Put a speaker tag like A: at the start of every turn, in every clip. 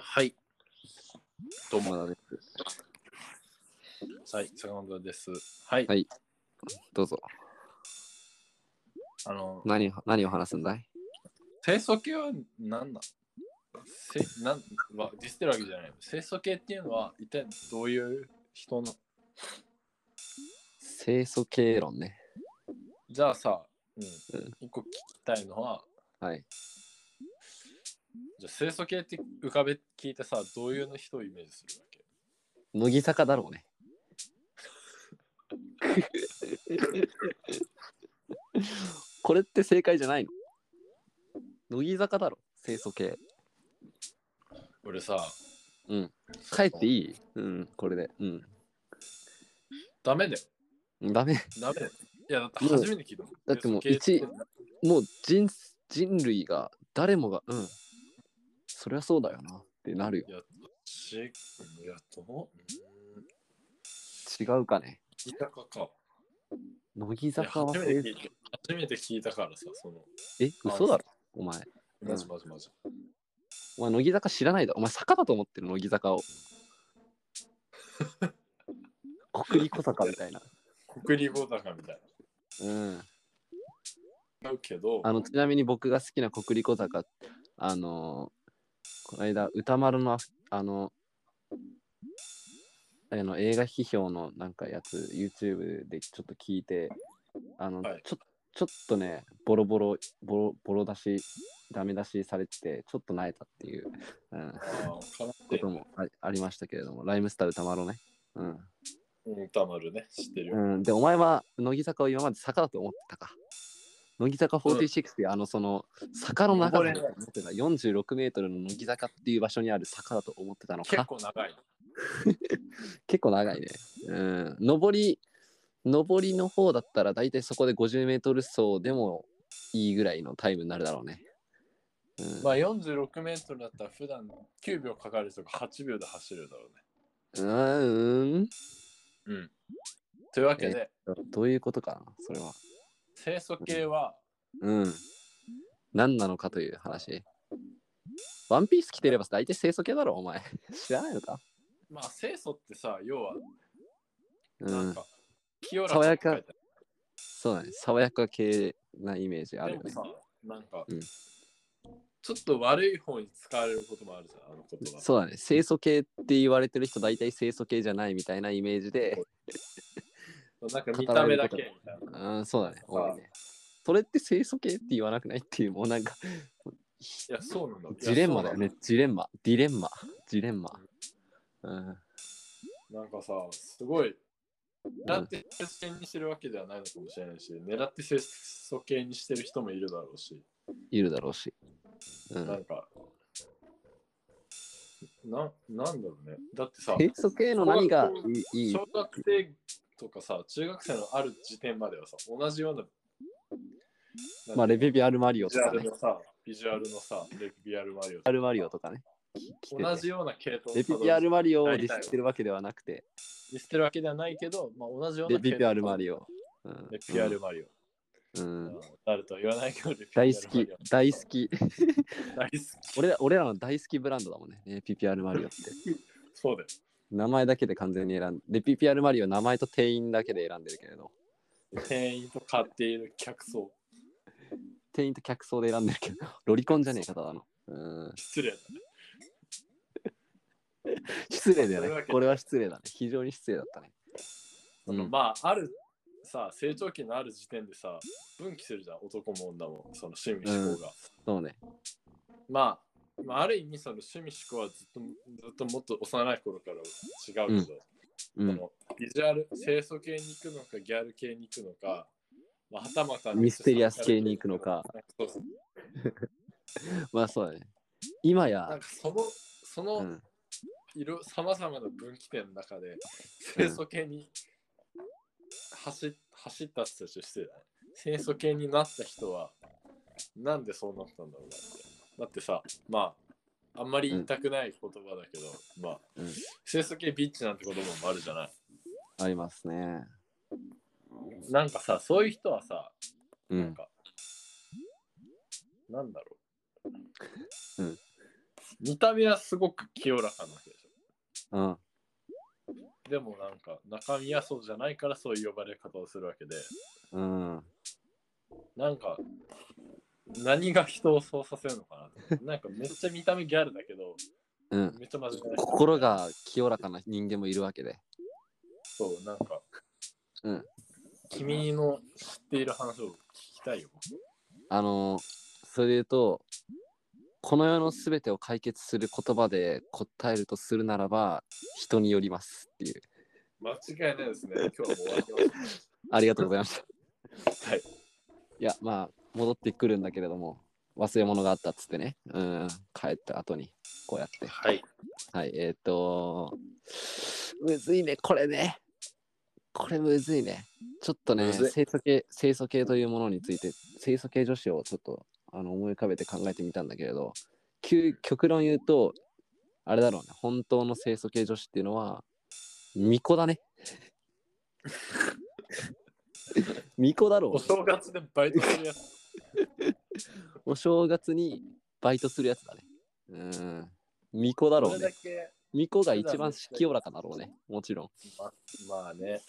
A: はい、
B: どうもなです。
A: はい、坂本です。はい、
B: はいどうぞ。
A: あの、
B: 何を何を話すんだい
A: 清楚系は何なのせなんはディスってるわけじゃないの。清楚系っていうのは一体どういう人の
B: 清楚経論ね。
A: じゃあさ、うん、
B: うん
A: 一個聞きたいのは、
B: はい。
A: じゃあ清楚系って浮かべ聞いてさ、どういうの人をイメージするわけ
B: 乃木坂だ ろうね。これって正解じゃないの乃木坂だろ清楚系。
A: 俺さ、
B: うん。帰っていいうん、これで。うん。
A: ダメだよ。
B: ダメ。
A: ダメだよ。いや、だって初めて聞いたもん。
B: だってもう
A: 清楚系って
B: 一もう人人類が誰もが、うん。そりゃそうだよなってなるよ
A: い。や、ち、いや、と、うん、
B: 違うかね。
A: 聞いたかか。
B: 乃木
A: いや
B: 坂は
A: 初
B: 清
A: めて
B: 楚
A: 聞いた初めて聞いたからさ、その、
B: え、嘘だろお前。うん
A: マジマジマジ。
B: お前、乃木坂知らないだろ。お前、坂だと思ってる、乃木坂を。 国立小坂みたいな。
A: 国立ボタカみたい
B: うん。
A: な。違うけど、
B: あの、ちなみに僕が好きな国立小坂、あのーこの間、歌丸のアフ、あの、あの映画批評のなんかやつ、YouTube でちょっと聞いて、あの、
A: はい
B: ちょちょっとね、ボロボロ、ボロ、ボロ出し、ダメ出しされてて、ちょっと萎えたっていう、うん、
A: あーかなっ
B: こ
A: て
B: ともあありましたけれども、ライムスター歌丸ね。うん。
A: うん、たまるね、知ってるよ。
B: うん、で、お前は乃木坂を今まで坂だと思ってたか。乃木坂46って、あの、その、坂の中
A: これ
B: で
A: ね
B: 思ってた46メートルの乃木坂っていう場所にある坂だと思ってたの
A: 結
B: か。
A: 構長い。
B: 結構長いね。うん。上り、上りの方だったら、大体そこで50メートル走でもいいぐらいのタイムになるだろうね。うん
A: まあ46メートルだったら普段9秒かかる人が8秒で走るだろ
B: うーん。
A: うね。うん。というわけで、
B: どういうことかな、それは。
A: 清楚系は、
B: うん。何なのかという話。ワンピース着てれば大体清楚系だろ、お前。 知らないのか
A: まあ清楚ってさ、要は
B: う
A: なん
B: ん。
A: か、清ら
B: 爽やか
A: かって書いてある
B: そうだね。爽やか系なイメージある
A: で
B: よ
A: も
B: ね。
A: さ、なんか、
B: うん
A: ちょっと悪い方に使われることもあるじゃん、あの言葉。
B: そうだね。清楚系って言われてる人、大体清楚系じゃないみたいなイメージで、
A: なんか見た目だけみたいな。
B: うん、そうだね。
A: そう
B: 多いね。それって清楚系って言わなくないっていう、もうなんか、
A: いや、そうなんだ。
B: ジレンマだよ
A: い
B: ね
A: や。
B: ジレンマ。ディレンマ。ジレンマ。
A: そう
B: うん。
A: なんだ。なんかさ、すごい、狙って清楚系にしてるわけではないのかもしれないし、狙って清楚系にしてる人もいるだろうし、
B: いるだろうし。う。
A: なんんか、ななんだろうね。だってさ、
B: 清楚系の何がいいいい
A: 小学生とかさ、中学生のある時点まではさ、同じような、
B: まあ、レベビアルマリ
A: ビ
B: オ
A: ジ
B: と
A: ュア
B: か
A: ル
B: ね。
A: のさ、ビジュアルのさ、レビアルマリオと
B: ア
A: か
B: ルマリオとかね。き
A: 同
B: 着て
A: じ
B: て
A: ような系統
B: レ
A: の
B: ピピアルマリオをディスってるわけではなくて、
A: 見捨てるわけではないけど、まあ、同じよう
B: レ
A: な
B: ピピアルマ
A: オ。
B: リオ。うん
A: レピアルマリオ。
B: うん
A: なるとは言わないけど、レピアル
B: 大好
A: マ
B: き
A: リオ、
B: 大好き。
A: 大好き。
B: 俺ら俺らの大好きブランドだもんね、レピピアルマリオって。
A: そうだよ。
B: 名前だけで完全に選んで、レピピアルマリオ名前と店員だけで選んでるけれど、
A: 店員と買っている客層。
B: 店員と客層で選んでるけど、 ロリコンじゃねえ方だの。うん、
A: 失礼だね。
B: 失礼だ
A: そういうわ
B: ね
A: け。だ
B: これは失礼だね。非常に失礼だったね。
A: その
B: うん
A: まあ、あるさ、成長期のある時点でさ、分岐するじゃん、男も女も、その趣味思考が。
B: そうね。
A: まあ、まあ、ある意味、その趣味思考はずっとずっともっと幼い頃から違うけど、
B: う
A: そ
B: ん。
A: のビジュアル、清楚系に行くのか、ギャル系に行くのか、まあ、はたまた
B: ミステリアス系に行くのか。
A: そうそう
B: まあそうだね。今
A: なん
B: や、
A: かその、そうの
B: ん、
A: 色、さまざまな分岐点の中で、清楚系に走,、走ったって言ったら失礼だね。清楚系になった人は、なんでそうなったんだろうなって。だってさ、まあ、あんまり言いたくない言葉だけど、まあ、
B: うん
A: 清楚系ビッチなんて言葉もあるじゃない。
B: ありますね。
A: なんかさ、そういう人はさ、
B: う
A: なん
B: ん。
A: か、なんだろう。
B: うん
A: 見た目はすごく清らかなわけでし
B: うん。
A: ょ。でもなんか、中身はそうじゃないからそういう呼ばれ方をするわけで、
B: うん。
A: なんか、何が人をそうさせるのかななんかめっちゃ見た目ギャルだけど、
B: うん。
A: めっちゃ真面目な人
B: 心が清らかな人間もいるわけで。
A: そう、なんか、
B: うん
A: 君の知っている話を聞きたいよ。
B: あのそれで言うとこの世の全てを解決する言葉で答えるとするならば人によりますっていう
A: 間違いないですね。今日はもう終わりまし
B: ありがとうございました
A: はい。
B: いやまあ戻ってくるんだけれども忘れ物があったっつってねうん帰った後にこうやって
A: はい。
B: はいえっ、とむずいねこれねこれむずいねちょっとね
A: むずい
B: 清楚系清楚系というものについて清楚系女子をちょっとあの思い浮かべて考えてみたんだけれど究極論言うとあれだろうね本当の清楚系女子っていうのは巫 女だね巫女だろ
A: お
B: う
A: 正月でバイトするやつ。
B: お正月にバイトするやつだねうん巫女だろ
A: そうれだ
B: ね
A: け、
B: 巫女が一番清らかだろうねもちろん
A: ま、まあね。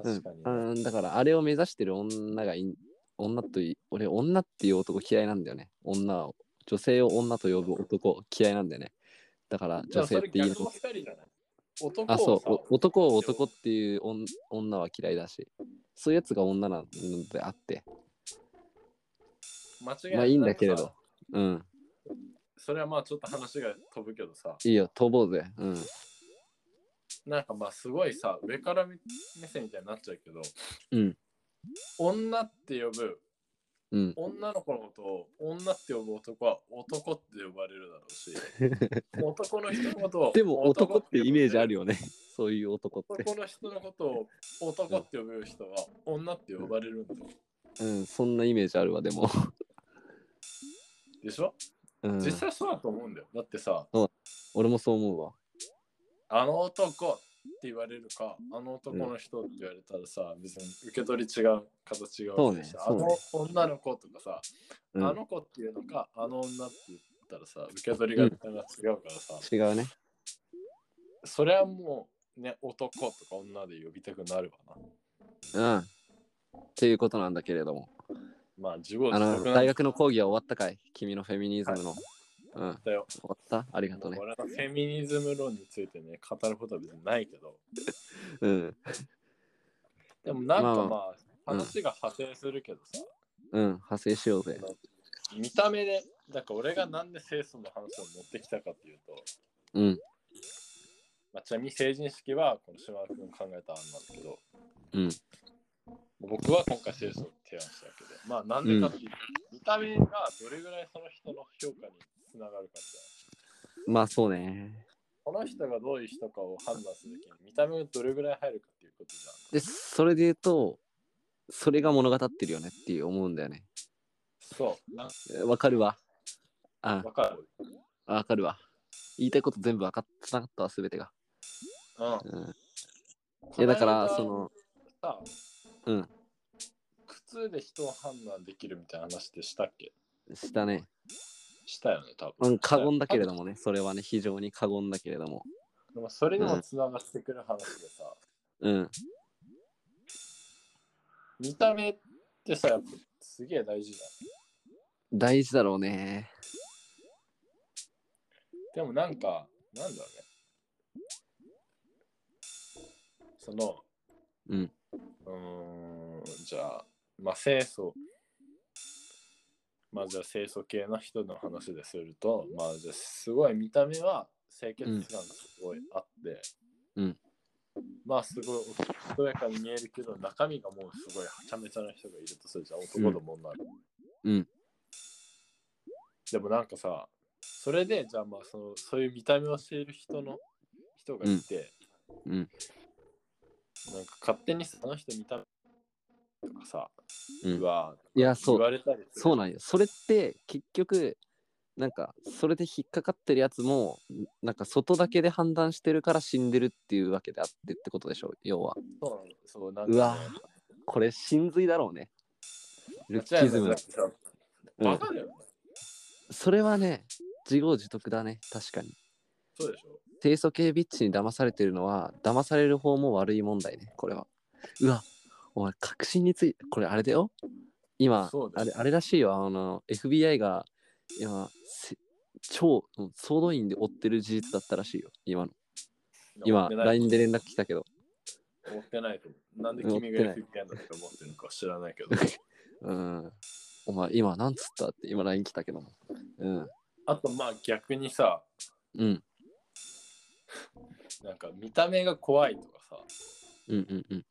B: う
A: 確
B: ん
A: かに。
B: うん、だからあれを目指してる女がいん女とい俺女っていう男嫌いなんだよね女を女性を女と呼ぶ男嫌いなんだよねだから
A: じゃ
B: 女
A: あ
B: 性
A: そ
B: っ
A: れ
B: ていい
A: 逆
B: の
A: も光じゃない男
B: あ
A: を
B: そ
A: さ
B: うお男を男っていう女女は嫌いだしそういうやつが女なのであって
A: 間違い
B: まあいいんだけれ
A: な
B: ど
A: んかさ
B: うん
A: それはまあちょっと話が飛ぶけどさ、
B: いいよ飛ぼうぜうん
A: なんかまあすごいさ、上から目線みたいになっちゃうけど、
B: うん
A: 女って呼ぶ
B: うん
A: 女の子のことを女って呼ぶ男は男って呼ばれるだろう し男の人のことを
B: でも男ってイメージある
A: よ
B: よね そういう男って
A: 男の人のことを男って呼ぶ人は女って呼ばれるんだよ
B: うんそんなイメージあるわでも、
A: でしょ、
B: うん、
A: 実際そうだと思うんだよだってさ
B: 俺もそう思うわ
A: あの男って言われるかあの男の人って言われたらさ別に受け取り違う形がわけだし
B: そうね
A: あの女の子とかさ、
B: うん
A: あの子っていうのかあの女って言ったらさ受け取り方が違うからさ、
B: 違うね
A: それはもうね男とか女で呼びたくなるわな
B: うん。っていうことなんだけれども。
A: まあ自業
B: あ
A: 自得な
B: の、大
A: んだ
B: 学の講義は終わったかい君のフェミニズムの。うん。終
A: よ、
B: わったありがとうね。
A: 俺のフェミニズム論についてね語ることは別にないけど
B: うん。
A: でもなんかまあ、
B: まあうん
A: 話が派生するけどさ、
B: うん。派生しようぜ。
A: 見た目でなんか俺がなんで清楚の話を持ってきたかっていうと、
B: うん。
A: まあ、ちなみに成人式はこの島田君が考えた案なんだけど
B: うん。
A: 僕は今回清楚を提案したわけでまあなんでかっていうと、見た目がどれぐらいその人の評価につながるかみたいな
B: まあそうね。
A: この人がどういう人かを判断するときに見た目がどれぐらい入るかっていうことじゃん。
B: で、それで言うと、それが物語ってるよねっていう思うんだよね。
A: そう。なん
B: えわかるわ。あ、
A: わかる。
B: わかるわ。言いたいこと全部わかっつながったわ、すべてが。
A: うん。
B: うん。いや、だから、そ。の、
A: さ、
B: うん。
A: 靴で人を判断できるみたいな話ってしたっけ
B: したね。
A: したよね、多
B: う
A: 分。
B: ん、過言だけれ
A: ど。
B: どもね。それはね、非常に過言だけれども。
A: でもそれにもつながってくる話でさ、
B: うん。
A: 見た目ってさ、やっぱすげえ大事だ。
B: 大事だろうね。
A: でもなんか、なんだろうね。その、
B: うん。
A: うーん、じゃあ、まあ、清楚。まあ、じゃあ、清楚系の人の話ですると、まあ、じゃあ、すごい見た目は清潔感がすごいあって、
B: うん
A: まあ、すごいおしとやかに見えるけど、中身がもうすごいはちゃめちゃな人がいるとするじゃん、男どもになる。
B: うん。
A: でもなんかさ、それで、じゃあ、まあその、そういう見た目をしている人の人がいて、
B: うん。
A: なんか勝手にその人見た目とかさ、
B: うん
A: うわ
B: いや、そ
A: 言
B: う、
A: われたりする
B: そうなんよ。それって、結局、なんかそれで引っかかってるやつもなんか外だけで判断してるから死んでるっていうわけであってってことでしょ要は
A: そうなのそうなんかね
B: うわこれ真髄だろうねルッ
A: 間違
B: キ
A: い
B: ズム
A: なくさ
B: う
A: バ
B: ん
A: カだよね。
B: それはね自業自得だね確かに
A: そうでしょ。
B: 清楚系ビッチに騙されてるのは騙される方も悪い問題ねこれはうわお前確信についてこれあれだよ今
A: そうだ
B: あ
A: よ
B: れあれらしいよあの FBI が今せ超もう総動員で追ってる事実だったらしいよ今の今
A: 持ってない
B: LINE で連絡来たけど
A: 持ってないと思う。なんで君が FBI なんだと思ってるのかは知らないけど。
B: うんお前今なんつったって今 LINE 来たけどもうん
A: あとまあ逆にさ、
B: うん
A: なんか見た目が怖いとかさ、
B: うんうんうん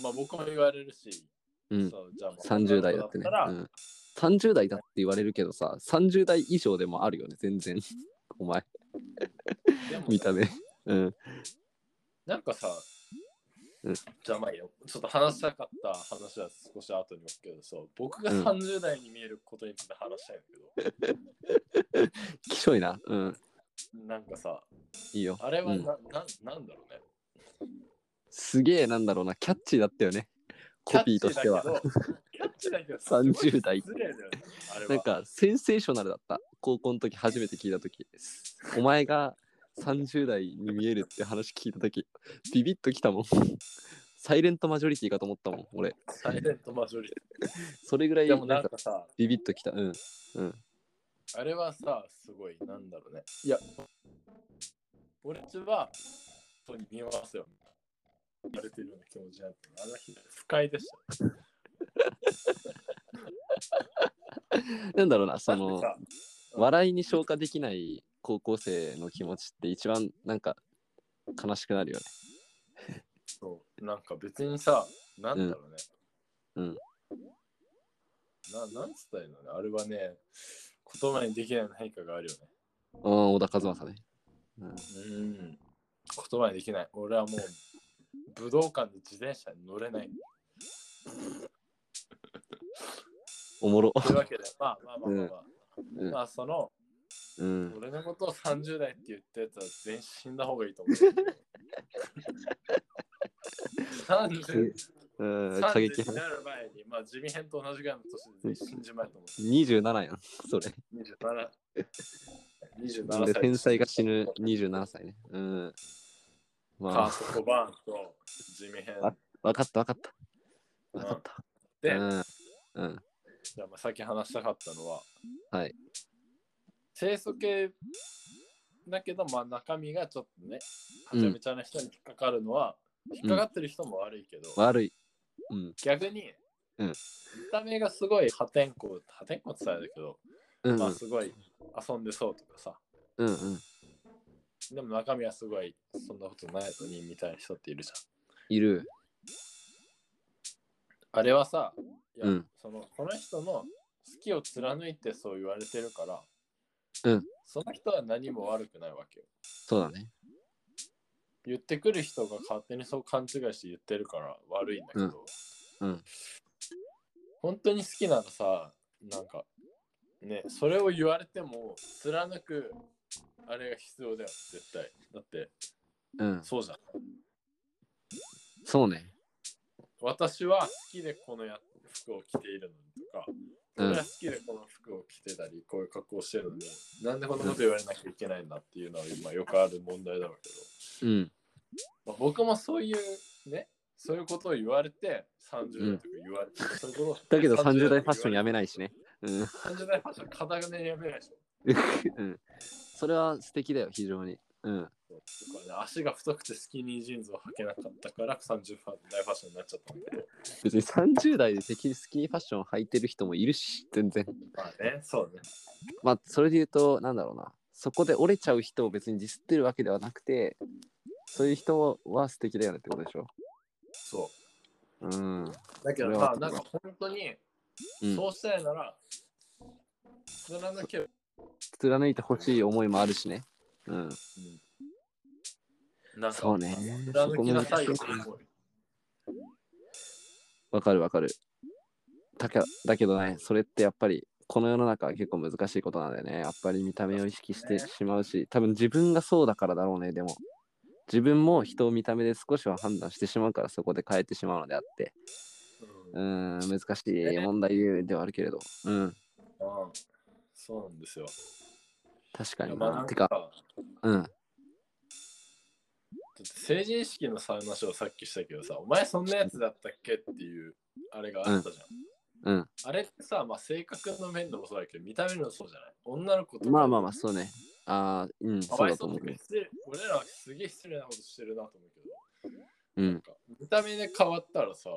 A: まあ僕も言われるし、
B: うん
A: そうじゃあまあ
B: 30代だってね、
A: 女の
B: う
A: 子だっ
B: ん、30代だって言われるけどさ30代以上でもあるよね全然 お前
A: たらでも
B: 見 た目うん
A: なんかさ、
B: うん
A: じゃあまあいいよ。ちょっと話したかった話は少し後に置くけどさ、僕が
B: うん
A: 30代に見えることについて話したいんだけど、
B: きしょいなうん
A: なんかさ、
B: いいよ
A: あれは
B: うん
A: な、ん、ななんだろうね。
B: すげえなんだろうなキャッチーだったよねコピーとしては
A: キャッチだけど。キャッチだけど、
B: 30代
A: 失礼だよね。あれは
B: なんかセンセーショナルだった高校の時初めて聞いた時お前が30代に見えるって話聞いた時ビビッときたもんサイレントマジョリティかと思ったもん俺
A: サイレントマジョリテ
B: それぐら
A: ィ。
B: い
A: でもな
B: なんん
A: か
B: か
A: さ、
B: ビビッときたうん
A: あれはさ、すごい、なんだろうね。いや、俺たちは、そうに見えますよ。言われてるような気持ちだった。あの日、不快でした。
B: なんだろうなそ
A: だって
B: の
A: さ
B: 笑いに消化できない高校生の気持ちって一番なんか悲しくなるよね
A: そうなんか別にさ、なんだろうね。
B: うん
A: ななんつったらいいのね。あれはね、言葉にできない変化があるよね。
B: うん小田和正ね、うん
A: うん。言葉にできない。俺はもう、武道館で自転車に乗れない。
B: おもろ
A: というわけで、まあまあまあまあ、まあ
B: うん
A: まあその、
B: うん
A: 俺のことを30代って言ったやつは全員死んだ方がいいと思う。30
B: うん過激
A: 30に
B: 派
A: なる前に、まあ、地味編と同じぐらいの年で全員死んじまえと思
B: 27やん それ
A: う。27 27
B: で
A: 歳。
B: 天才が死ぬ27歳ねうん
A: カー
B: ま
A: スト・コバーンと地味編。
B: あ分かった分かった分かった
A: で、
B: うんうん
A: じゃあまあさっき話したかったのは、
B: はい
A: 清楚系だけど、まあ、中身がちょっとね、は
B: うん
A: ちゃめちゃな人に引っかかるのは、引っかかってる人も悪いけど、
B: 悪いうん
A: 逆に、
B: うん
A: 見た目がすごい破天荒、破天荒って言ったらあれだけど、
B: うん
A: まあすごい遊んでそうとかさ、
B: うんうん
A: でも中身はすごいそんなことないのにみたいな人っているじゃん。
B: いる
A: あれはさ、いや
B: うん
A: そのこの人の好きを貫いてそう言われてるから、
B: うん
A: その人は何も悪くないわけよ。
B: そうだね
A: 言ってくる人が勝手にそう勘違いして言ってるから悪いんだけど、
B: うんうん
A: 本当に好きならさなんかねそれを言われても貫くあれが必要だよ絶対だって
B: うん
A: そうじゃん
B: そうね
A: 私は好きでこのや服を着ているのにとか
B: うん
A: 俺は好きでこの服を着てたりこういう格好をしてるのになんでこんなこと言われなきゃいけないんだっていうのは今よくある問題だろうけど
B: うん
A: まあ僕もそういうねそういうことを言われて30代とか言われて、そういうこと
B: だけど30代ファッションや
A: め
B: めないしねうん
A: 30代ファッション片金やめないでしょ
B: うん、それは素敵だよ非常に、うん、
A: とかね足が太くてスキニージーンズを履けなかったから30代ファッションになっちゃったんだけど
B: 別に30代で敵スキーファッション履いてる人もいるし全然
A: まあねそうね
B: まあそれで言うとなんだろうなそこで折れちゃう人を別にディスってるわけではなくてそういう人は素敵だよねってことでしょ
A: そ
B: うん、うん、
A: うだけど
B: それ
A: ま
B: は
A: あなんか本当にそうしたいなら、貫けば
B: 貫いてほしい思いもあるしねうん
A: なんか
B: そうねそ
A: 貫
B: こ
A: きなさいよ
B: 難しいな
A: 思う
B: わかるわかるだけだけどねそれってやっぱりこの世の中は結構難しいことなんだよね。やっぱり見た目を意識してしまうし、多分自分がそうだからだろうね、でも。自分も人を見た目で少しは判断してしまうからそこで変えてしまうのであって。う
A: うん
B: ん、難しい問題ではあるけれど。うん、
A: まあそうなんですよ。
B: 確かに
A: まあな
B: な。
A: ん
B: てか、
A: か
B: うん。
A: だって成人式のさ話をさっきしたけどさ、お前そんなやつだったっけっていうあれがあったじゃん。
B: うん、
A: あれってさ、まあ、性格の面でもそうだけど、見た目でもそうじゃない女の子とか
B: まあまあまあ、そうね。ああ、うん、
A: あ
B: そうだと思う
A: お前
B: ね
A: そ。の時失礼俺らはすげえ失礼なことしてるなと思うけど、
B: う
A: なん
B: ん、
A: か見た目で変わったらさ、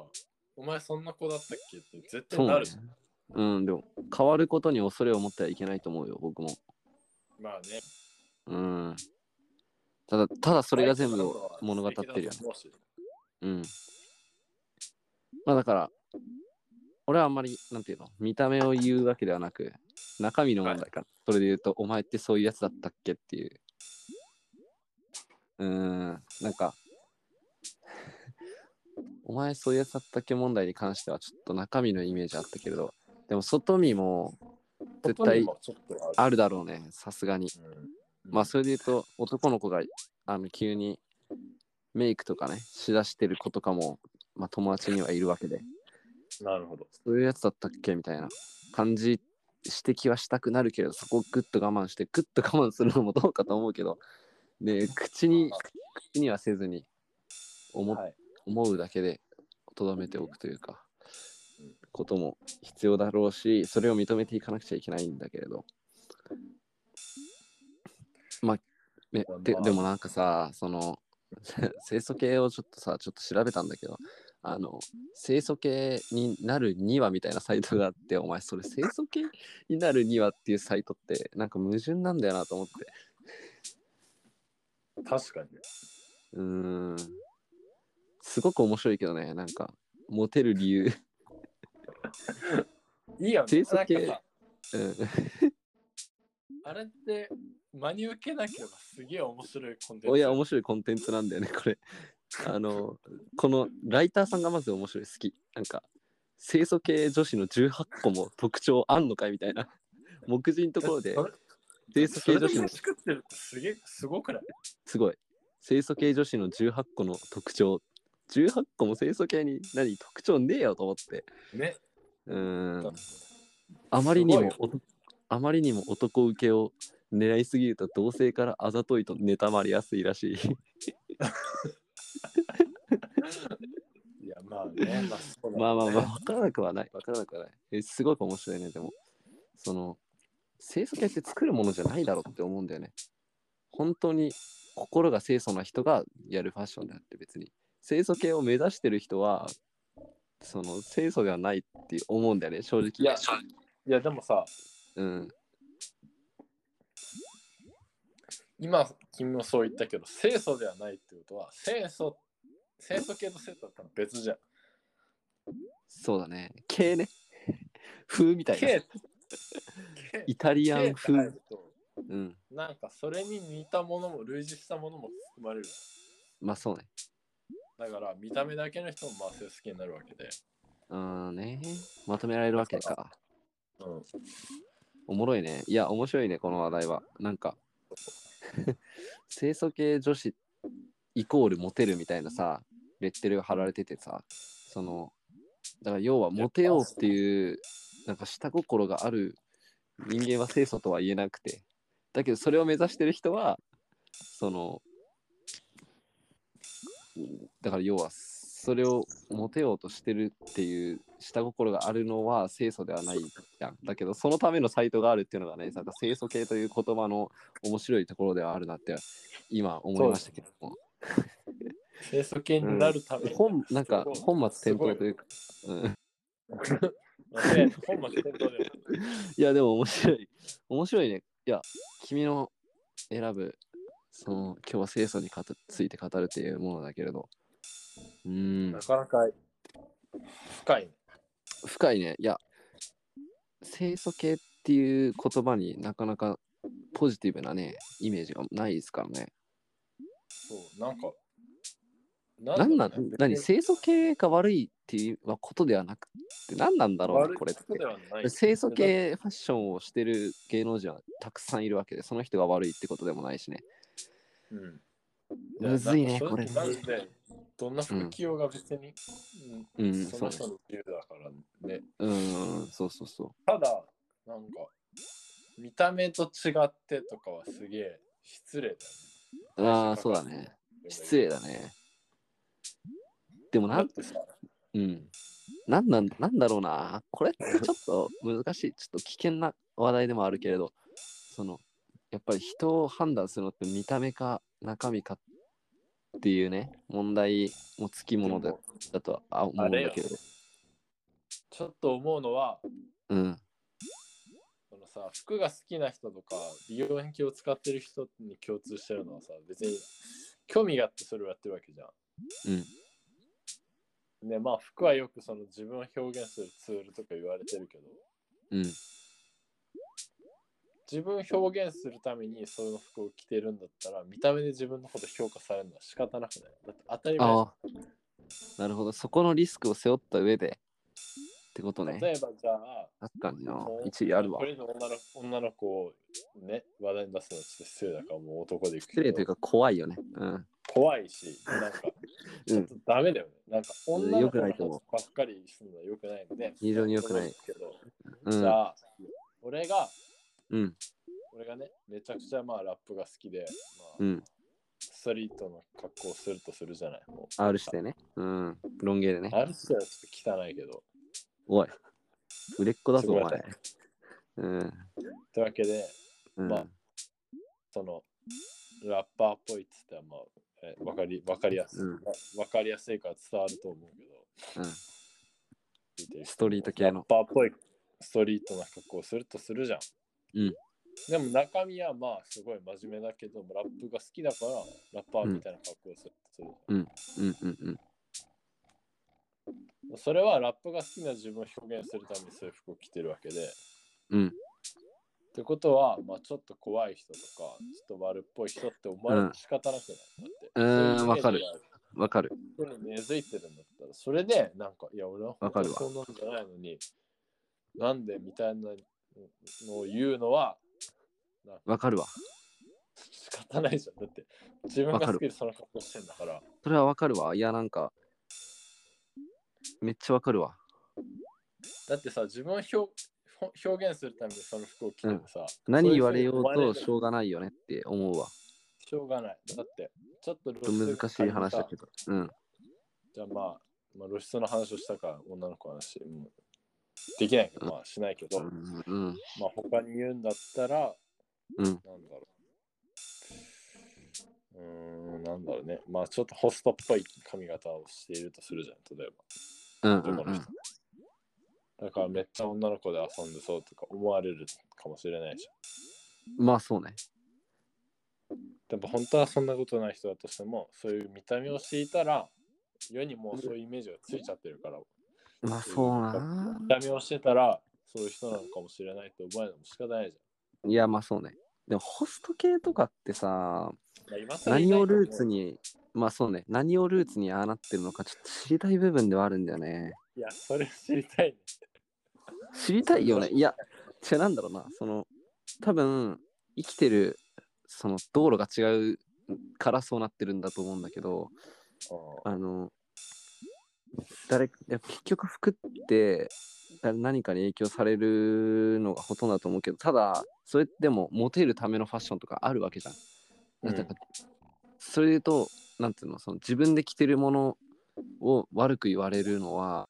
A: お前そんな子だったっけって絶
B: そ
A: 対
B: う
A: な
B: ね
A: るじゃん。。
B: うん、でも、変わることに恐れを持ってはいけないと思うよ、僕も。
A: まあね。
B: うん。ただ、ただそれが全部を
A: あいつ
B: 物
A: な
B: 語っ
A: んか
B: て
A: は素敵だと
B: るよね。
A: 思うし
B: うん。まあだから、俺はあんまり、なんていうの、見た目を言うわけではなく、中身の問題か。それで言うと、お前ってそういうやつだったっけっていう。うーん、なんか、 お前そういうやつだったっけ問題に関しては、ちょっと中身のイメージあったけれど、でも外見も絶
A: 外に
B: 対
A: もちょっとあ
B: あるだろうね、さすがに。
A: る。うん
B: まあそれで言うと男の子があの急にメイクとかねしだしてる子とかも、まあ、友達にはいるわけで
A: なるほど。
B: そういうやつだったっけみたいな感じ指摘はしたくなるけれどそこをグッと我慢してグッと我慢するのもどうかと思うけどで口に口にはせずに思,、
A: はい
B: 思うだけでとどめておくというか
A: うん
B: ことも必要だろうしそれを認めていかなくちゃいけないんだけれどまあ、ね
A: まあ
B: ででもなんかさその 清楚系をちょっとさちょっと調べたんだけどあの清楚系になるにはみたいなサイトがあってお前それ清楚系になるにはっていうサイトってなんか矛盾なんだよなと思って
A: 確かに。
B: うーんすごく面白いけどねなんかモテる理由
A: いいよね。
B: 清楚系
A: なんかさ
B: うん
A: あれって真に受けなければすげえ面白いコンテンツ。
B: おいや面白いコンテンツなんだよねこれあのこのライターさんがまず面白い好きなんか清楚系女子の18個も特徴あんのかいみたいな目次のところで
A: それ
B: 清楚系女子
A: それで
B: の
A: 飯食ってるってすげえすごくない
B: すごい清楚系女子の18個の特徴18個も清楚系に何特徴ねえよと思って
A: ね。
B: うーんあまりに
A: すごい
B: も
A: よ
B: おとあまりにも男受けを狙いすぎると同性からあざといと妬まれやすいらしい
A: いやまあね。まあそうだね
B: まあまあまあ。分からなくはない分からなくはないえすごく面白いねでもその清楚系って作るものじゃないだろうって思うんだよね本当に心が清楚な人がやるファッションであって別に清楚系を目指してる人はその清楚ではないって思うんだよね正直
A: いやいやでもさ、
B: うん
A: 今君もそう言ったけど、清楚ではないってことは、清楚、清楚系と清楚だったら別じゃん。
B: そうだね系ね 風みたいな
A: 系、
B: イタリア
A: 系
B: ン
A: って入
B: 風
A: ると、
B: うん
A: なんかそれに似たものも類似したものも含まれる。
B: まあそうね
A: だから見た目だけの人もまあ清楚系になるわけで。
B: うんねまとめられるわけか
A: うん。
B: おもろいね。いや、面白いね、この話題は。なんか、 清楚系女子イコールモテるみたいなさ、レッテルが貼られててさ、その、だから要はモテようっていう、なんか下心がある人間は清楚とは言えなくて、だけどそれを目指してる人は、その、だから要はそれをモテようとしてるっていう下心があるのは清楚ではないじゃんだけどそのためのサイトがあるっていうのがねなんか清楚系という言葉の面白いところではあるなって今思いましたけども
A: 清楚系になるために、
B: 本なんか
A: すごい
B: 本末転倒というか、うん、
A: まあね本末転倒でも
B: いやでも面白い面白いねいや君の選ぶその今日は清楚にかたついて語るっていうものだけれどうーん
A: なかなか深いね。
B: 深いねいや清楚系っていう言葉になかなかポジティブなねイメージがないですからね
A: そう、なんか、
B: 何なん
A: だろうね
B: 何
A: 別に
B: 清楚系が悪いっていうことではなくて何なんだろう
A: 悪
B: ね
A: い
B: これっ
A: ことで
B: て
A: はない。
B: 清楚系ファッションをしてる芸能人はたくさんいるわけでその人が悪いってことでもないしね
A: うん。
B: むずいね
A: や
B: これ
A: なんか正直マジでどんな服着ようが別に、
B: う
A: うんん、そ
B: そ
A: の
B: うね
A: 人の自由だからね。
B: うんそうそうそ
A: ただ、なんか、見た目と違ってとかはすげえ失礼だよね。
B: うああそうだね失礼だねでも
A: だ
B: な
A: っ
B: ん
A: てさ、
B: うんなんなんなんだろうなこれってちょっと難しいちょっと危険な話題でもあるけれどそのやっぱり人を判断するのって見た目か中身かっていうね問題もつきものだ
A: でも
B: だとはあ思うんだけれど
A: ちょっと思うのは、
B: うん
A: そのさ服が好きな人とか美容品を使ってる人に共通してるのはさ別に興味があってそれをやってるわけじゃ
B: うん
A: ん。ねまあ服はよくその自分を表現するツールとか言われてるけど
B: うん
A: 自分を表現するためにその服を着てるんだったら見た目で自分のこと評価されるのは仕方なくないだって当たり前じゃん
B: ああなるほどそこのリスクを背負った上でってことね
A: 例えばじゃあ
B: 確かにな
A: もう
B: 一理あるわ
A: これの女の女の子をね話題に出すのはちょっと失礼だからもう男でいくけど
B: 失礼というか怖いよねうん
A: 怖いしなんか
B: う
A: ちょっ
B: ん
A: とダメだよね。なんか女の
B: 良
A: 子
B: くな
A: の
B: い
A: 話
B: と思う
A: ばっかりするのは良くないので、
B: 非常に良くない
A: けど、
B: う
A: じ
B: ん
A: ゃあ、俺が、
B: うん
A: 俺がね、めちゃくちゃまあラップが好きで、
B: う
A: まあ、
B: ん
A: ストリートの格好をするとするじゃない。も
B: R してねうんロン毛でね
A: う ある人はちょっと汚いけど。
B: おい、売れっ子だぞ、お
A: ごめんなさ
B: 前。うん。
A: というわけで、
B: うん
A: まあその、ラッパーっぽいっつってはまあ、えわかり、わかりやすい、
B: うん
A: わわかりやすいから伝わると思うけど、
B: うん
A: 見てる人
B: ストリート系
A: ラッ
B: の。
A: パーっぽいストリートな格好をするとするじゃん。
B: うん。
A: でも中身はまあすごい真面目だけども、ラップが好きだからラッパーみたいな格好をするとするじ
B: うんうんう
A: ゃ
B: ん。
A: ん。それはラップが好きな自分を表現するためにそういう服を着てるわけで。
B: うん
A: ってことは、まあ、ちょっと怖い人とか、ちょっと悪っぽい人って思われて仕方なくない。
B: うん
A: だって
B: うーんわかる。
A: そういうイメージがある
B: わか
A: 人に
B: る。
A: 根付いてるんだったら、それで、なんか、いや、俺は
B: わかるわ
A: そうなんじゃないのに、なんでみたいなのを言うのは、
B: わかるわ。
A: 仕方ないじゃん。だって、自分
B: わ
A: が
B: かる
A: 好きでその格好してんだから。
B: それはわかるわ。いや、なんか、めっちゃわかるわ。
A: だってさ、自分を表表表現するためにその服を着てもさ、
B: 何言われよう
A: そういうふうに思わ
B: と
A: れる
B: しょうがないよねって思うわ。
A: しょうがない。だって、ちょっと露
B: ちょっと難しい話だけ
A: ど。
B: ど。うん。
A: じゃあまあ、まあ、露出の話をしたから、女の子の話、もうできないけど、まあしないけど、
B: うんうん。
A: まあ他に言うんだったら、
B: うん
A: なんだろう。うーん、なんだろうね。まあちょっとホストっぽい髪型をしているとするじゃん、例えば。
B: うんう
A: ど
B: ん
A: この
B: うん
A: 人。だからめっちゃ女の子で遊んでそうとか思われるかもしれないじ
B: まあそうね。
A: ゃん。でも本当はそんなことない人だとしても、そういう見た目をしていたら、世にもうそういうイメージがついちゃってるから、
B: まあそうな。
A: 見た目をしてたら、そういう人なのかもしれないって思えるのも仕方ないじ
B: いや、まあそうね。でもホスト系とかってさ、
A: ゃん。まあ今更言いた
B: 何
A: い
B: を
A: と思う
B: ルーツに、まあそうね、何をルーツにああなってるのかちょっと知りたい部分ではあるんだよね。
A: いや、それ知りたいね。
B: 知りたいよね。いや、違うなんだろうな。その、多分、生きてる、その、道路が違うからそうなってるんだと思うんだけど、あの、誰、やっぱ結局服って、だ何かに影響されるのがほとんどだと思うけど、ただ、それでも、モテるためのファッションとかあるわけじゃん。
A: うん
B: なんかそれで言うと、なんていうの、その自分で着てるものを悪く言われるのは、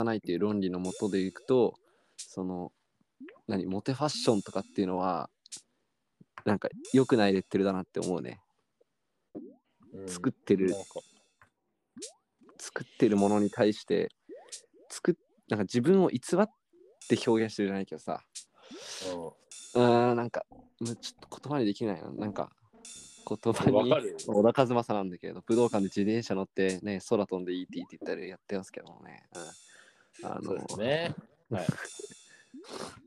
B: ないっていう論理のもとでいくと、その、何、モテファッションとかっていうのは、なんか良くないレッテルだなって思うね。
A: うん
B: 作ってる
A: なんか
B: 作ってるものに対して作っなんか自分を偽って表現してるじゃないけどさうーんなんかむちょっと言葉にできないななんか言葉
A: うんわ、か
B: に
A: るよ。
B: 小田和正なんだけど武道館で自転車乗ってね空飛んでいいって言ってたりやってますけどもね、うん、あ
A: そう
B: の
A: ですね。はい。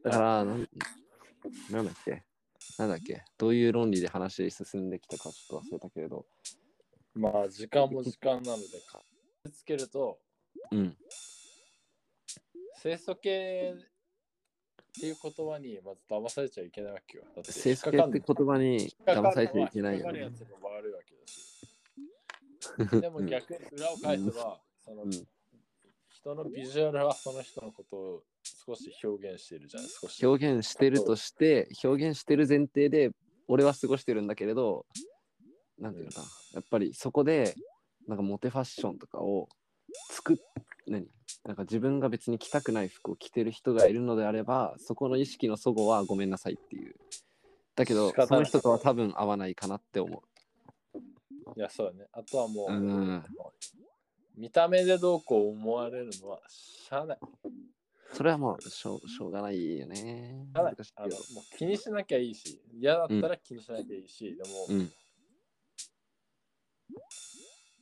B: だからなんなんだっけなんだっけどういう論理で話進んできたかちょっと忘れたけれど
A: まあ、時間も時間なので、かつけると、
B: うん。
A: 清楚系っていう言葉にまず騙されちゃいけないわけよ。だって
B: 清楚系
A: 引っ
B: って言葉に
A: かかん
B: 騙されちゃいけない
A: 引っ
B: よね。
A: かかるやつも悪いわけだし。 でも逆に裏を返せば、その、
B: うん
A: 人のビジュアルはその人のことを少し表現してるじゃん。少し。
B: 表現してるとして、表現してる前提で、俺は過ごしてるんだけれど、なんていうのかな。やっぱりそこで、なんかモテファッションとかを作っ、何なんか自分が別に着たくない服を着てる人がいるのであれば、そこの意識のそごはごめんなさいっていう。だけど
A: 仕方ない、
B: その人とは多分合わないかなって思
A: いや、そうだね。あとはも
B: う。
A: う、
B: うん。
A: 見た目でどうこう思われるのはしゃあない。
B: それはもうしょうしょうがないよね。
A: ただ
B: 難しい
A: あの
B: けど
A: もう気にしなきゃいいし、嫌だったら気にしなきゃいいし、でも、
B: うん。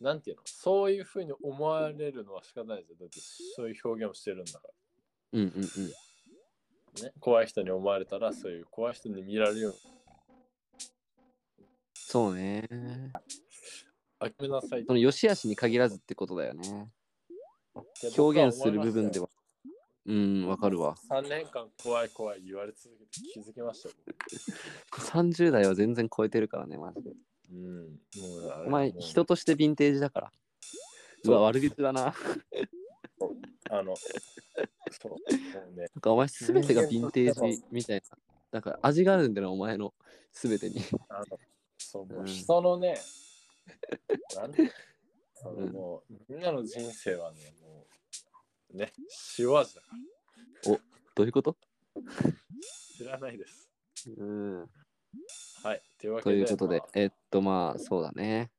A: なんていうの、そういうふうに思われるのは仕方ないですよ。だってそういう表現をしてるんだか
B: うんうんうん。
A: ら。ね、怖い人に思われたら、そういう怖い人に見られるように、
B: そうね。
A: あきめなさいっ
B: その良し悪しに限らずってことだよね。
A: て僕は
B: 表
A: 思いま
B: 現する部分では。うん、わかるわ。
A: 3年間怖い怖い言われ続けて気づきましたよ。
B: 30代は全然超えてるからね、マジで。
A: うん。もうあれ
B: お前、
A: もう
B: 人としてヴィンテージだから。う
A: そう
B: わ、悪口だな。なん
A: あの、そう。もうね、
B: かお前、すべてがヴィンテージみたいな。なんか味があるんだよ、お前のすべてに。
A: あの、そう、も
B: う
A: うん人の ね、なんてあの
B: うん
A: もう、みんなの人生はね、もう、ね、塩味だから
B: どういうこと
A: 知らないです。
B: うん。
A: はい。というわけ
B: と
A: で、
B: いうことで
A: まあ、
B: えっと、まあ、そうだね。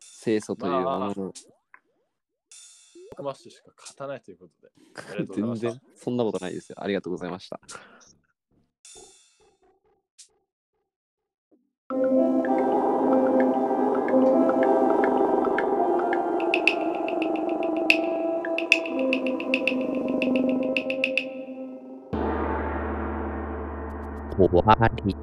B: 清楚というものの
A: マッシュしか勝たないということで。ありがとうございま
B: 全
A: した
B: 然。そんなことないですよ。ありがとうございました。
C: 我怕你。